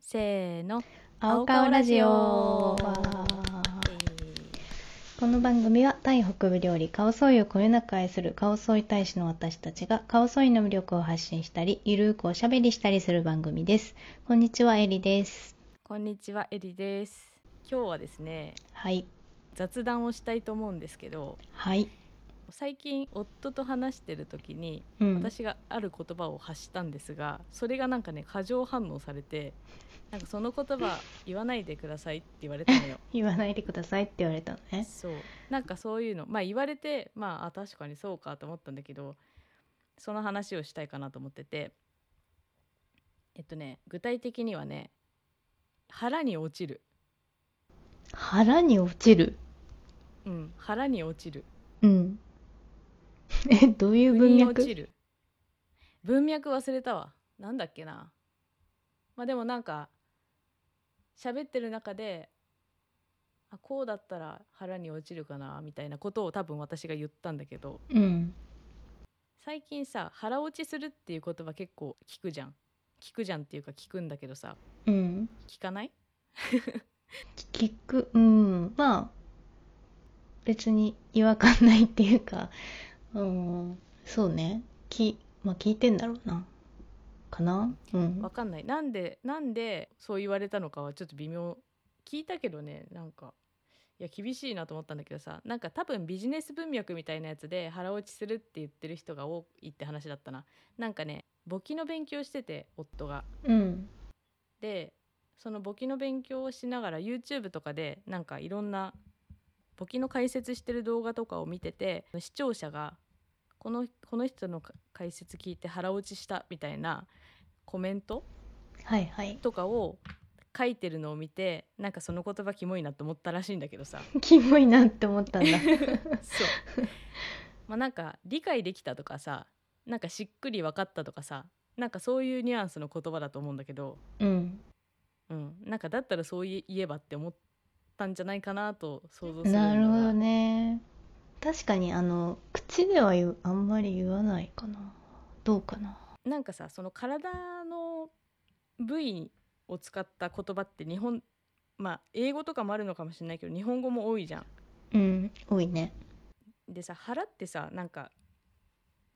せーの、青顔ラジオえこの番組はタイ北部料理カオソイをこよなく愛するカオソイ大使の私たちがカオソイの魅力を発信したりゆるーくおしゃべりしたりする番組ですこんにちはエリですーこんにちはエリです。今日はですね、はい雑談をしたいと思うんですけど、はい最近夫と話してる時にうん私がある言葉を発したんですが、それがなんかね過剰反応されて、なんかその言葉言わないでくださいって言われたのよ。言わないでくださいって言われたのねそうなんかそういうのまあ言われてまああ確かにそうかと思ったんだけどその話をしたいかなと思っててえっとね具体的にはね腹に落ちる腹に落ちるうん腹に落ちるうんえどういう腑文に脈落ちる文脈忘れたわなんだっけなまあでもなんか喋ってる中であこうだったら腹に落ちるかなみたいなことを多分私が言ったんだけどうん最近さ腹落ちするっていう言葉結構聞くじゃん聞くじゃんっていうか聞くんだけどさうん聞かない聞くうんまあ別に違和感ないっていうかうんそうねきまあ聞いてんだろうなかなうんわかんないなんでなんでそう言われたのかはちょっと微妙聞いたけどねなんかいや厳しいなと思ったんだけどさなんか多分ビジネス文脈みたいなやつで腹落ちするって言ってる人が多いって話だったななんかね簿記の勉強してて夫がうんでその簿記の勉強をしながら YouTube とかでなんかいろんな簿記の解説してる動画とかを見てて視聴者がこのこの人の解説聞いて腹落ちしたみたいなコメントはいはい とかを書いてるのを見てなんかその言葉キモいなと思ったらしいんだけど さキモいなって思っ たんだそうまあなんか理解できたとかさなんかしっくり分かったとかさなんかそういうニュアンスの言葉だと思うんだけどうんうん、なんかだったらそう言えばって思ったんじゃないかなと想像するんだがなるほどね確かにあの口では言うあんまり言わないかなどうかななんかさその体の部位を使った言葉って日本まあ英語とかもあるのかもしれないけど日本語も多いじゃん。うん多いねでさ腹ってさなんか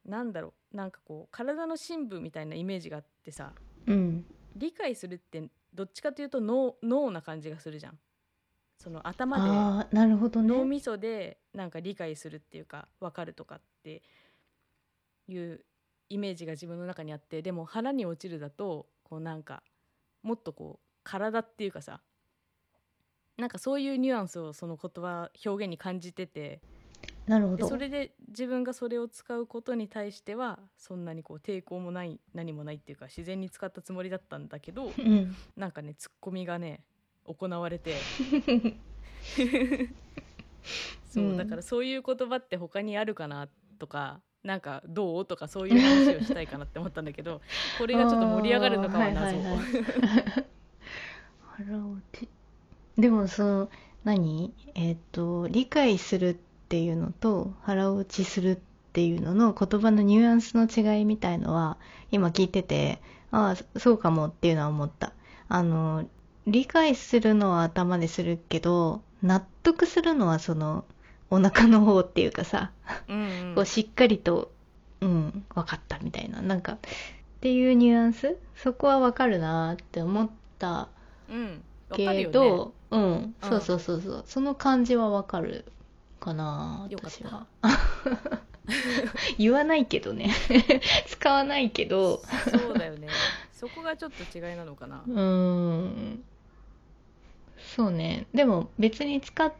なんだろうなんかこう体の深部みたいなイメージがあってさうん理解するってどっちかというと脳脳な感じがするじゃん。その頭でああなるほど脳ねみそでなんか理解するっていうか分かるとかっていうイメージが自分の中にあってでも腹に落ちるだとこうなんかもっとこう体っていうかさなんかそういうニュアンスをその言葉表現に感じててなるほでどそれで自分がそれを使うことに対してはそんなにこう抵抗もない何もないっていうか自然に使ったつもりだったんだけ どうんなんかねツッコミがね行われ てそう、うんだからそういう言葉って他にあるかなとかなんかどうとかそういう話をしたいかなって思ったんだけ どこれがちょっと盛り上がるのかは謎、あーい はいはい腹落ちでもその何えっ、と理解するっていうのと腹落ちするっていうのの言葉のニュアンスの違いみたいのは今聞いててああそそうかもっていうのは思ったあの理解するのは頭でするけど納得するのはそのお腹の方っていうかさうんうんこうしっかりと、うん、分かったみたいな、なんか、っていうニュアンスそこは分かるなーって思ったうんわかるけよねど、うん、うんそうそうそうそう、その感じは分かるかなー、よかっ私たは。言わないけどね。 使わないけど、そうだよねそこがちょっと違いなのかなうーん。そうね。でも別に使っ、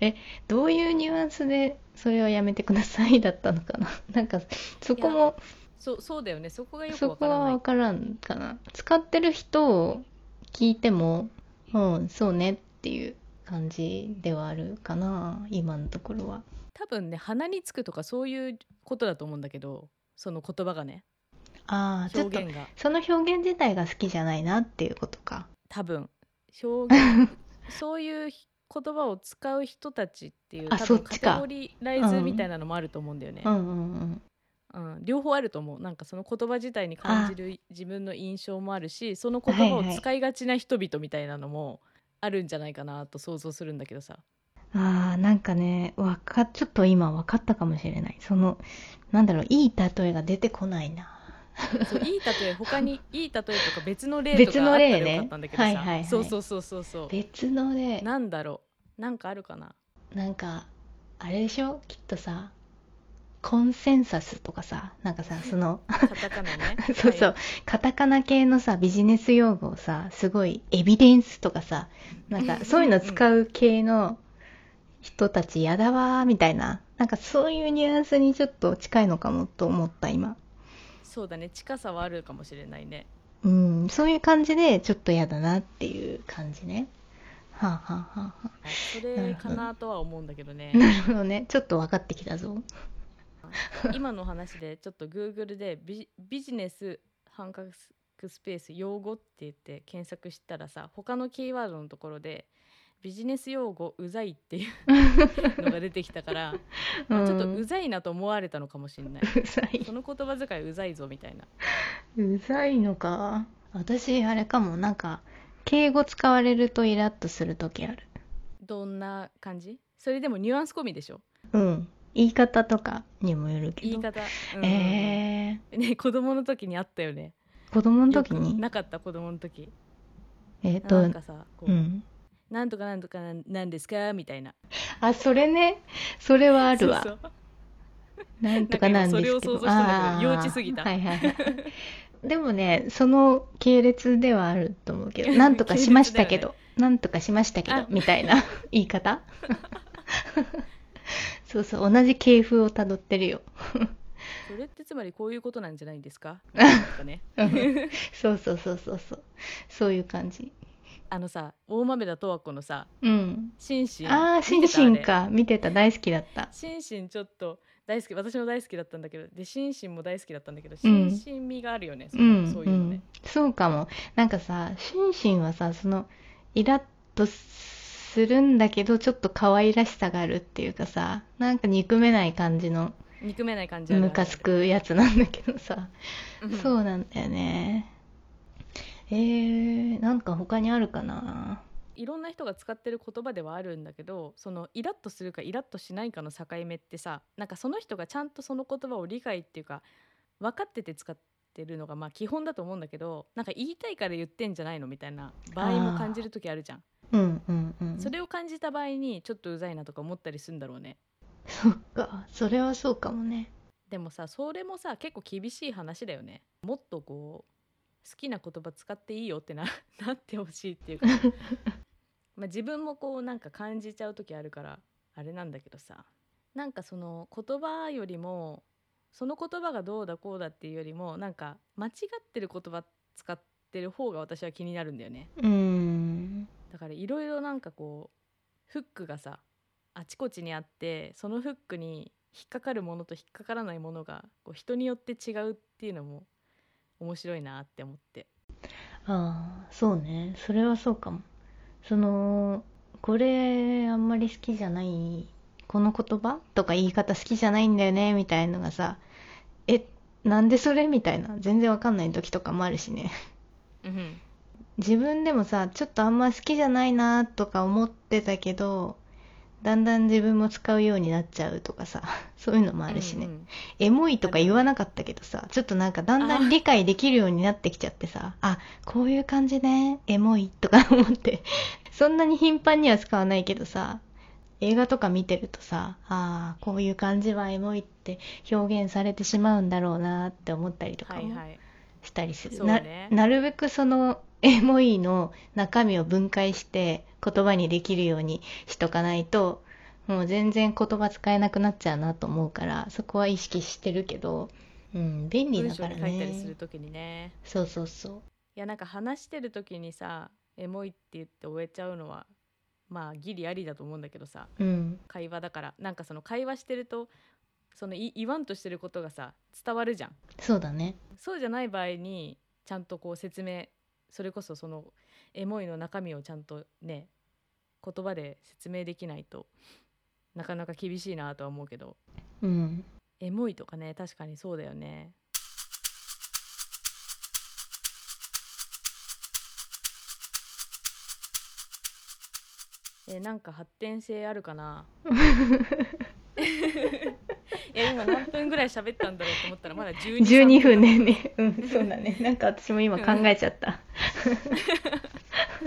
え、どういうニュアンスでそれはやめてくださいだったのかな。 なんか、そこも、そうそうだよねそこがよくそわかこはらない分からんかな使ってる人を聞いてもうんそうねっていう感じではあるかな今のところは多分ね鼻につくとかそういうことだと思うんだけどその言葉がねああちょっと表現がその表現自体が好きじゃないなっていうことか多分表 現そういう言葉を使う人たちっていうあ多そ分っカちテかゴリライズみたいなのもあると思うんだよね。うんうんうん、両方あると思うなんかその言葉自体に感じる自分の印象もあるしその言葉を使いがちな人々みたいなのもあるんじゃないかなと想像するんだけどさ、あーなんかねわかちょっと今分かったかもしれないそのなんだろういい例えが出てこないなそういい例え他にいい例えとか別の例と別かあったのら例ねよかったんだけ どさ、はいはいはいそうそうそうそうそ別の例うなんだろうなんかあるか ななんかあれでしょきっとさコンセンサスとかさなんかさそのカタカナね そうそう、はいカタカナ系のさビジネス用語をさすごいエビデンスとかさなんうんかそういうの使う系の人たちやだわーみたいななんかそういうニュアンスにちょっと近いのかもと思った今そうだね近さはあるかもしれないねうんそういう感じでちょっとやだなっていう感じねはあ、はあは あははいそれかなとは思うんだけどねあ、なるほどねちょっと分かってきたぞ今の話でちょっと Google でビビジネス半角スペース用語って言って検索したらさ他のキーワードのところでビジネス用語うざいっていう のが出てきたから、まあちょっとうんうざいなと思われたのかもしれないうざいその言葉遣いうざいぞみたいな うざいのか私あれかもなんか敬語使われるとイラッとする時あるどんな感じそれでもニュアンス込みでしょうん言い方とかにもよるけど言い方、うんうんうんえね子供の時にあったよねー、子供の時よくになかった子供の時えっとなんかさこう、うんなんとかなんとかなんなんですかみたいなあそれねそれはあるわそうそうなんとかなんですけどなんか今それを想像したんだけどあー幼稚すぎたはいはいはいでもねその系列ではあると思 うけどなんとかしましたけど、なんとかしましたけどあみたい な言い方 そうそう同じ系風をたどってるよそれってつまりこういうことなんじゃないんですかなんかね うんそうそうそうそうそうそういう感じあのさ大豆田十和子のさうんシンシンああシンシンか見てた大好きだった見てたあれシンシンちょっと大好き私も大好きだったんだけどでシンシンも大好きだったんだけど、シンシン味があるよねそ,、うんそういうのね、そうかもなんかさシンシンはさそのイラッとするんだけどちょっと可愛らしさがあるっていうかさなんか憎めない感じの憎めない感じあるムカつ、くやつなんだけどさうんそうなんだよねえー、なんか他にあるかないろんな人が使ってる言葉ではあるんだけどそのイラッとするかイラッとしないかの境目ってさなんかその人がちゃんとその言葉を理解っていうか分かってて使ってるのがまあ基本だと思うんだけどなんか言いたいから言ってんじゃないのみたいな場合も感じる時あるじゃんうんうんうんそれを感じた場合にちょっとうざいなとか思ったりするんだろうねそっかそれはそうかもねでもさそれもさ結構厳しい話だよねもっとこう好きな言葉使っていいよってな なってほしいっていうかまあ自分もこうなんか感じちゃう時あるからあれなんだけどさなんかその言葉よりもその言葉がどうだこうだっていうよりもなんか間違ってる言葉使ってる方が私は気になるんだよねうーんだからいろいろなんかこうフックがさあちこちにあってそのフックに引っかかるものと引っかからないものがこう人によって違うっていうのも面白いなって思ってああそうねそれはそうかもそのこれあんまり好きじゃないこの言葉とか言い方好きじゃないんだよねみたいのがさえなんでそれみたいな全然わかんない時とかもあるしねうん自分でもさちょっとあんま好きじゃないなとか思ってたけどだんだん自分も使うようになっちゃうとかさそういうのもあるしね、うんうんエモいとか言わなかったけどさ、ちょっとなんかだんだん理解できるようになってきちゃってさ、あ、こういう感じね、エモいとか思って、 そんなに頻繁には使わないけどさ、映画とか見てるとさ、ああ、こういう感じはエモいって表現されてしまうんだろうなって思ったりとかはいもはいしたりする。そうねななるべくそのエモいの中身を分解して言葉にできるようにしとかないと、もう全然言葉使えなくなっちゃうなと思うから、そこは意識してるけど、うん、便利文だ章かにら書いたりすねる。時にねそうそうそう。いやなんか話してる時にさエモいって言って終えちゃうのはまあギリありだと思うんだけどさうん。会話だからなんかその会話してるとそのい言わんとしてることがさ伝わるじゃんそうだね。そうじゃない場合にちゃんとこう説明それこそそのエモいの中身をちゃんとね言葉で説明できないとなかなか厳しいなとは思うけどうん。エモいとかね確かにそうだよねえなんか発展性あるかな いや今何分ぐらい喋ったんだろうと思ったらまだ12 12分ねねね、 うん、そうだねなんか私も今考えちゃった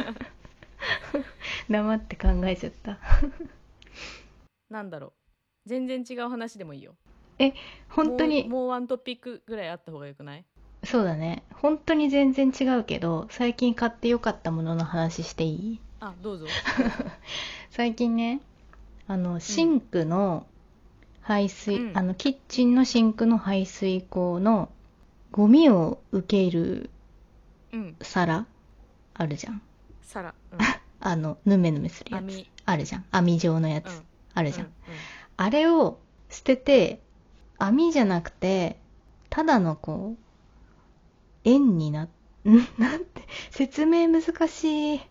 黙って考えちゃったなんだろう全然違う話でもいいよ本当もにうもうワントピックぐらいあった方がよくないそうだね本当に全然違うけど最近買ってよかったものの話していいあど うぞ最近ねあのシンクの排水、うんあのキッチンのシンクの排水口のゴミを受けるうん皿あるじゃん皿、うんあのヌメヌメするやつ網あるじゃん網状のやつ、うんあるじゃん、うんあれを捨てて網じゃなくてただのこう円になっ なんて説明難しい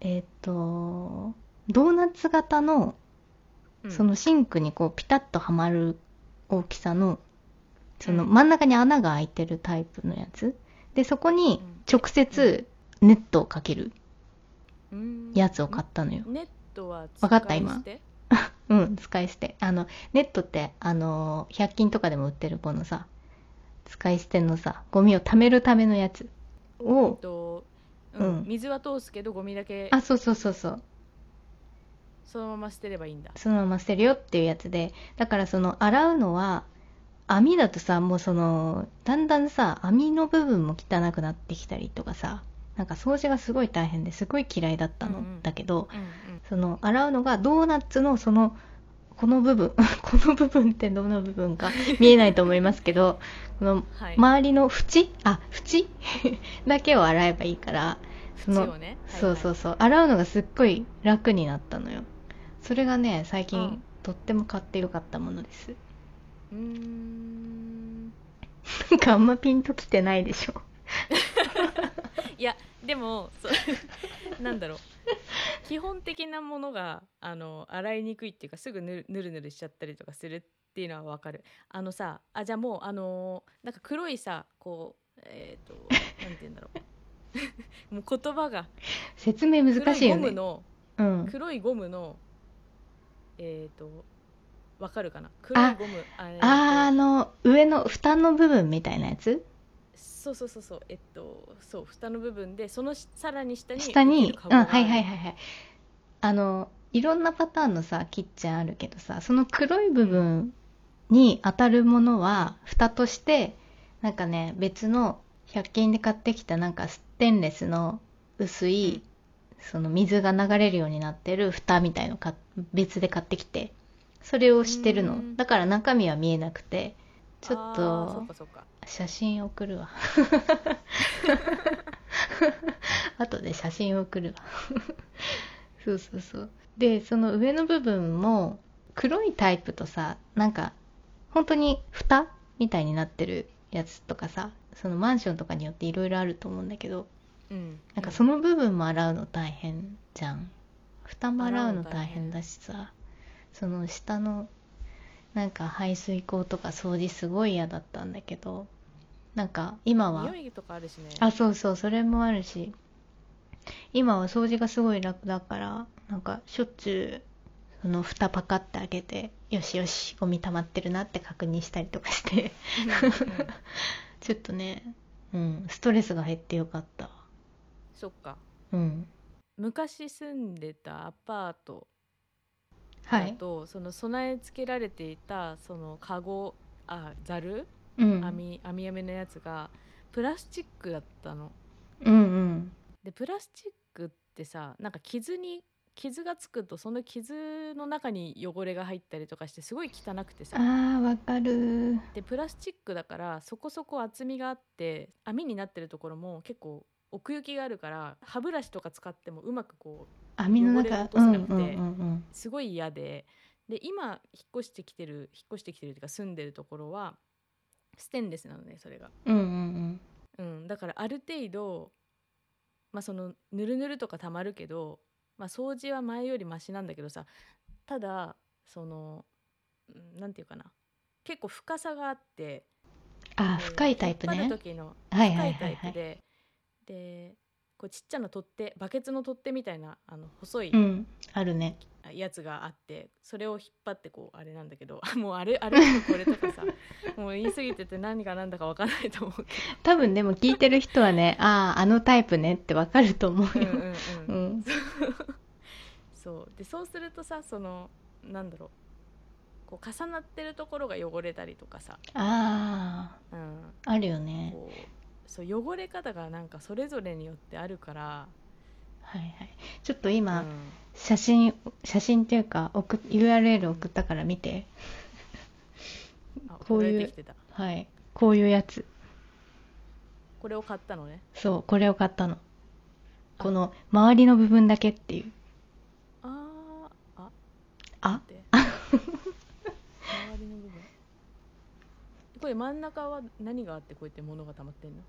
えっ、とドーナツ型のうんそのシンクにこうピタッとはまる大きさのそのうん真ん中に穴が開いてるタイプのやつでそこにうん直接ネットをかけるうんやつを買ったのよ。ネットはわかった使い今捨てうん、使い捨て。あの、ネットって、あのー、100均とかでも売ってるこのさ、使い捨てのさ、ゴミを貯めるためのやつえっを、と、うんうん水は通すけどゴミだけあ、そうそうそうそう、そのまま捨てればいいんだそのまま捨てるよっていうやつで、だからその、洗うのは、網だとさ、もうその、だんだんさ、網の部分も汚くなってきたりとかさ、なんか掃除がすごい大変ですごい嫌いだったの、うんうんだけど、うんその洗うのがドーナツのそのこの部分 この部分ってどの部分か見えないと思いますけどこのうんはい、周りの縁あ縁 だけを洗えばいいからその縁をねはいそうそうそう洗うのがすっごい楽になったのよそれがね最近、うんとっても買ってよかったものですうーんなんかあんまピンときてないでしょいやでもそう なんだろう基本的なものがあの洗いにくいっていうかすぐぬるぬるぬるしちゃったりとかするっていうのはわかるあのさあじゃあもうあのーなんか黒いさこうえっ、となんて言うんだろう もう言葉が説明難しいよ黒いゴムねのうん黒いゴムのえっ、とわかるかな黒いゴムあえーとあーあの上の蓋の部分みたいなやつそうそうそうそうえっとそう蓋の部分でそのしさらに下に下浮いてにる、うカゴん、がはあいるはいはいはい。あの、いろんなパターンのさ、キッチンあるけどさ、その黒い部分に当たるものは、蓋として、なんかね、別の100均で買ってきたなんかステンレスの薄い、その水が流れるようになってる蓋みたいのか別で買ってきて、それをしてるうの。んだから中身は見えなくて、ちょっあーそとっか、そっか写真送るわ。後で写真送るわ。そうそうそう。で、その上の部分も黒いタイプとさ、なんか本当に蓋みたいになってるやつとかさ、そのマンションとかによっていろいろあると思うんだけど、うんなんかその部分も洗うの大変じゃん。蓋も洗うの大変だしさ、その下のなんか排水口とか掃除すごい嫌だったんだけど、なんか今は、匂いとかあるしねあ、そうそう、それもあるし、今は掃除がすごい楽だから、なんかしょっちゅう、その蓋パカって開けて、よしよし、ゴミ溜まってるなって確認したりとかして、 うんうんちょっとね、うん、ストレスが減ってよかった。そっかうん。昔住んでたアパートはだい。と、その備え付けられていたそのカゴあざるうん。網網やめのやつがプラスチックだったのうんうん。でプラスチックってさなんか傷に傷がつくとその傷の中に汚れが入ったりとかしてすごい汚くてさあーわかるでプラスチックだからそこそこ厚みがあって網になってるところも結構奥行きがあるから歯ブラシとか使ってもうまくこう網の汚れ中を落とせなくてうんうんうんすごい嫌でで今引っ越してきてる引っ越してきてるっていうか住んでるところはステンレスなのねそれが、うんうんうんうん、だからある程度まあそのぬるぬるとかたまるけど、まあ、掃除は前よりマシなんだけどさただそのうんなんていうかな結構深さがあってあこう深いタイプ引っ張ねる時のはい深はいいはタいイはプいででこうちっちゃな取っ手バケツの取っ手みたいなあの細いうんあるねやつがあってそれを引っ張ってこうあれなんだけど もうあれあれとかこれとか さもう言い過ぎてて何が何だか分かんないと思うけ多分でも聞いてる人はねあああのタイプねってわかると思うど。ようんうんう、うんんそうでそうするとさそのなんだろうこう重なってるところが汚れたりとかさ、あうん、ああるよねこうそう汚れ方がなんかそれぞれによってあるから、はいはいちょっと今、うん写真写真っていうか送っ URL 送ったから見てあこ送ういうられてきてたはいこういうやつこれを買ったのねそうこれを買ったのこの周りの部分だけっていうあーああ待って周りの部分これ真ん中は何があってこうやって物が溜まってんの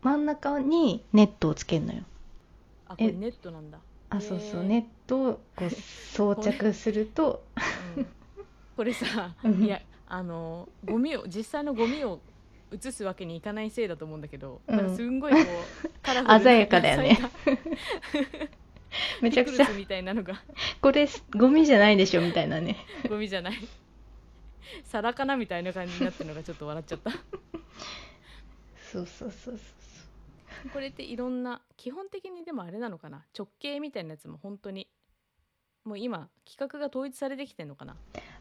真ん中にネットをつけるのよあこれえネットなんだあそうそへーうネットをこう装着するとうんこれさうんいやあのゴミを実際のゴミを移すわけにいかないせいだと思うんだけど、うんなんかすんごいこうカラフルな鮮やかだよね野菜がめちゃくちピゃクルスみたいなのがこれゴミじゃないでしょみたいなねゴミじゃない皿かなみたいな感じになってるのがちょっと笑っちゃったそうそうそうそうこれっていろんな基本的にでもあれなのかな直径みたいなやつも本当にもう今規格が統一されてきてんのかな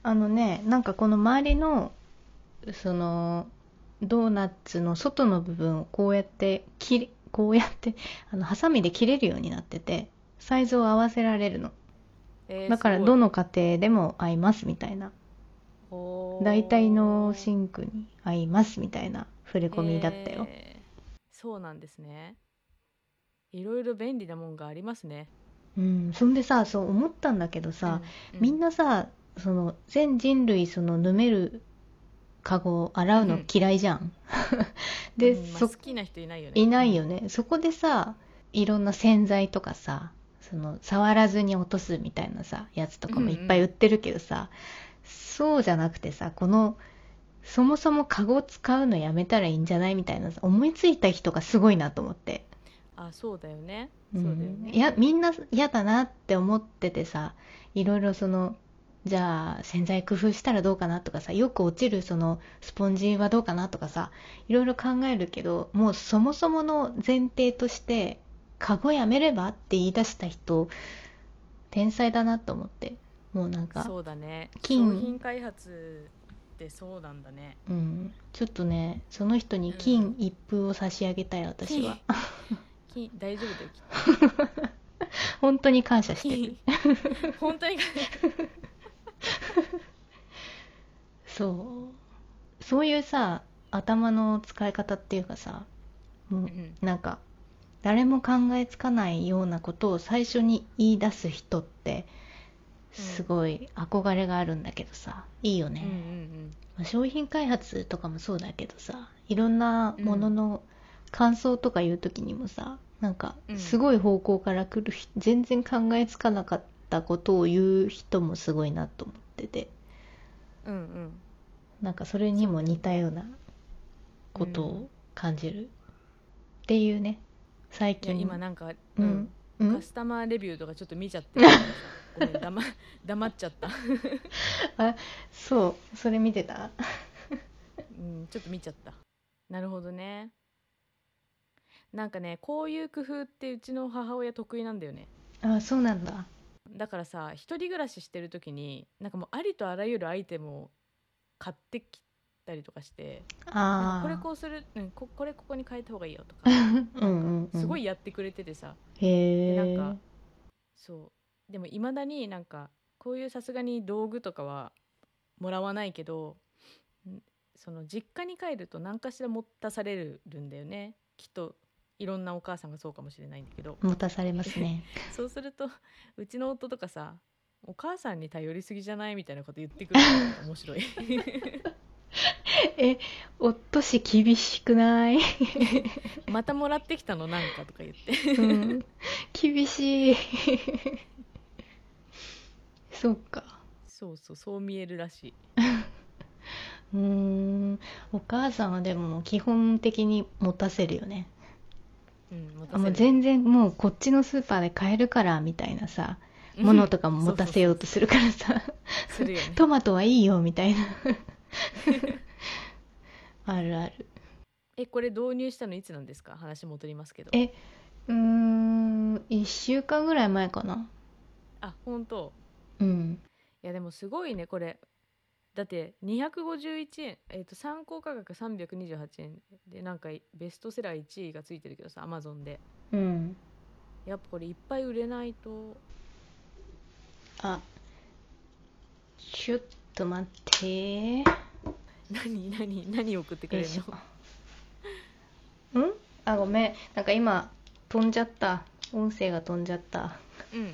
あのねなんかこの周りのそのドーナツの外の部分をこうやって切りこうやってあのハサミで切れるようになっててサイズを合わせられるのえーだからすごいどの家庭でも合いますみたいなおー大体のシンクに合いますみたいな触れ込みだったよ、えーそうなんですねいろいろ便利なもんがありますねうんそんでさそう思ったんだけどさ、うみんなさその全人類そのぬめるカゴを洗うの嫌いじゃ ん、で、うんまあそ好きな人いないよねいないよねそこでさいろんな洗剤とかさその触らずに落とすみたいなさやつとかもいっぱい売ってるけどさ、そうじゃなくてさこのそもそもカゴ使うのやめたらいいんじゃないみたいなさ思いついた人がすごいなと思って、あそうだよねうそんうだよねいやみんな嫌だなって思っててさいろいろそのじゃあ洗剤工夫したらどうかなとかさよく落ちるそのスポンジはどうかなとかさいろいろ考えるけどもうそもそもの前提としてカゴやめればって言い出した人天才だなと思ってもうなんかそうだね金商品開発ってそうなんだねうん、ちょっとねその人に金一封を差し上げたい私は、金金大丈夫だよ 本当に感謝してる金 本当にそうそういうさ頭の使い方っていうかさもううんなんか誰も考えつかないようなことを最初に言い出す人ってうんすごい憧れがあるんだけどさいいようんうね、んうんまあ商品開発とかもそうだけどさいろんなものの感想とか言う時にもさ、なんかうんすごい方向から来る人全然考えつかなかったことを言う人もすごいなと思っててうんうんなんかそれにも似たようなことを感じる、っていうね最いや近今なんか、ううんんうんカスタマーレビューとかちょっと見ちゃってるからさごめん黙黙っちゃった、そうそれ見てたうん、ちょっと見ちゃったなるほどねなんかねこういう工夫ってうちの母親得意なんだよねあそうなんだだからさ一人暮らししてる時になんかもうありとあらゆるアイテムを買ってきたりとかしてなんああかこれこうする、うん、ここれここに変えた方がいいよと かうんうん、うん、すごいやってくれててさへえでなんかそうでもいまだになんかこういうさすがに道具とかはもらわないけどんその実家に帰ると何かしら持たされるんだよねきっといろんなお母さんがそうかもしれないんだけ ど持たされま すねそうするとうちの夫とかさお母さんに頼りすぎじゃないみたいなこと言ってくるのが面白 いえ夫氏厳しくない、またもらってきたのなんかとか言ってうん、厳しい そうかそうそうそう見えるらしいうーんお母さんはでも基本的に持たせるよねうん、持たせあもうる全然もうこっちのスーパーで買えるからみたいなさものとかも持たせようとするからさ するよね トマトはいいよみたいな あるあるえこれ導入したのいつなんですか話戻りますけどえうーん1週間ぐらい前かなあ本当うんいやでもすごいねこれだって251円、えー、と参考価格328円でなんかベストセラー1位がついてるけどさアマゾンでうんやっぱこれいっぱい売れないとあちょっと待って何何何送ってくよれいるしのょんあごめんなんか今飛んじゃった音声が飛んじゃったうん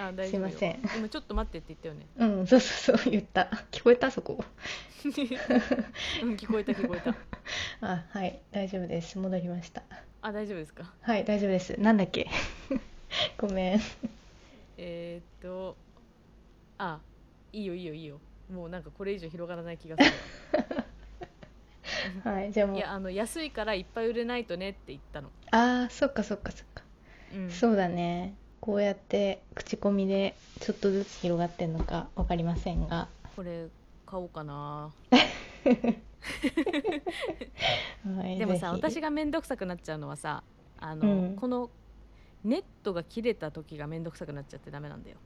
あ大すい丈夫まよせん今ちょっと待ってって言ったよね うんそうそうそう言った聞こえたそこうん聞こえた聞こえたあはい大丈夫です戻りましたあ大丈夫ですかはい大丈夫ですなんだっけ ごめんえー、っとあいいよいいよいいよもうなんかこれ以上広がらない気がする はいじゃあもいうやあの安いからいっぱい売れないとねって言ったの、あーそっかそっかそっか、うん、そうだねこうやって口コミでちょっとずつ広がってんのかわかりませんがこれ買おうかなはいでもさぜひ私が面倒くさくなっちゃうのはさあの、うんこのネットが切れた時が面倒くさくなっちゃってダメなんだよ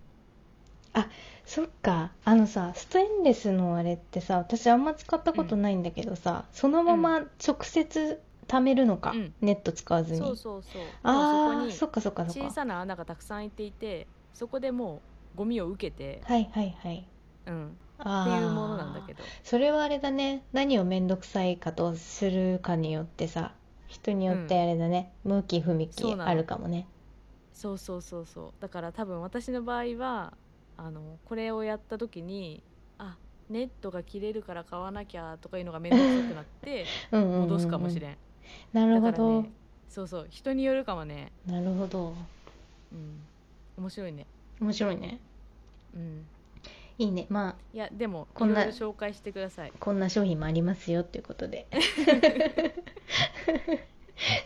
そっかあのさステンレスのあれってさ私あんま使ったことないんだけどさ、そのまま直接貯めるのか、うんネット使わずにそうそうそうあであもそそっかそっかこそに小っかさな穴がたくさん開いていてそこでもうゴミを受けて、はいはいはいうん、あってあいうものなんだけどどそれはあれだね何を面倒くさいかとするかによってさ人によってあれだね、向き不向きそうなのあるかもねそうそうそうそうだから多分私の場合はあのこれをやった時にあネットが切れるから買わなきゃとかいうのが面倒くさくなってうんうんうんうん戻すかもしれん,、なるほだからど、ねそうそう人によるかもねなるほどうん面白いね面白いねうんいいねまあいやでもこんないろいろ紹介してくださいこんな商品もありますよっていうこ とで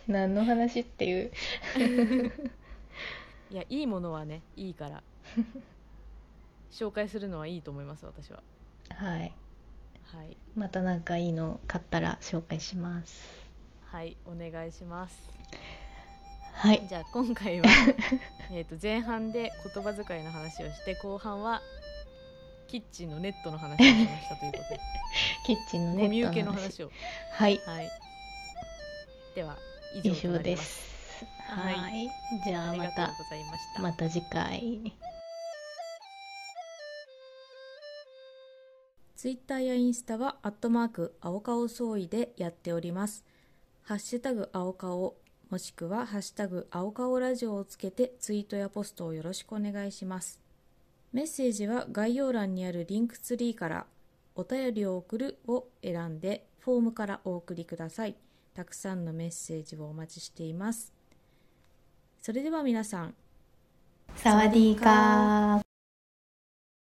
何の話っていういやいいものはねいいから 紹介するのはいいと思います私ははいはいまたなんかいいの買ったら紹介しますはいお願いしますはいじゃあ今 回はえーと前半で言葉遣いの話をして後半はキッチンのネットの話をしましたということでキッチンの ネゴミッ受けトのの話話をはいはいでは以以上と上なりでますすははいいじゃあありまがとうたございました、また次回ツイッターやインスタは、アットマーク、青顔総意でやっております。ハッシュタグ、青顔、もしくは、ハッシュタグ、青顔ラジオをつけて、ツイートやポストをよろしくお願いします。メッセージは、概要欄にあるリンクツリーから、お便りを送るを選んで、フォームからお送りください。たくさんのメッセージをお待ちしています。それでは皆さん、サワディーカー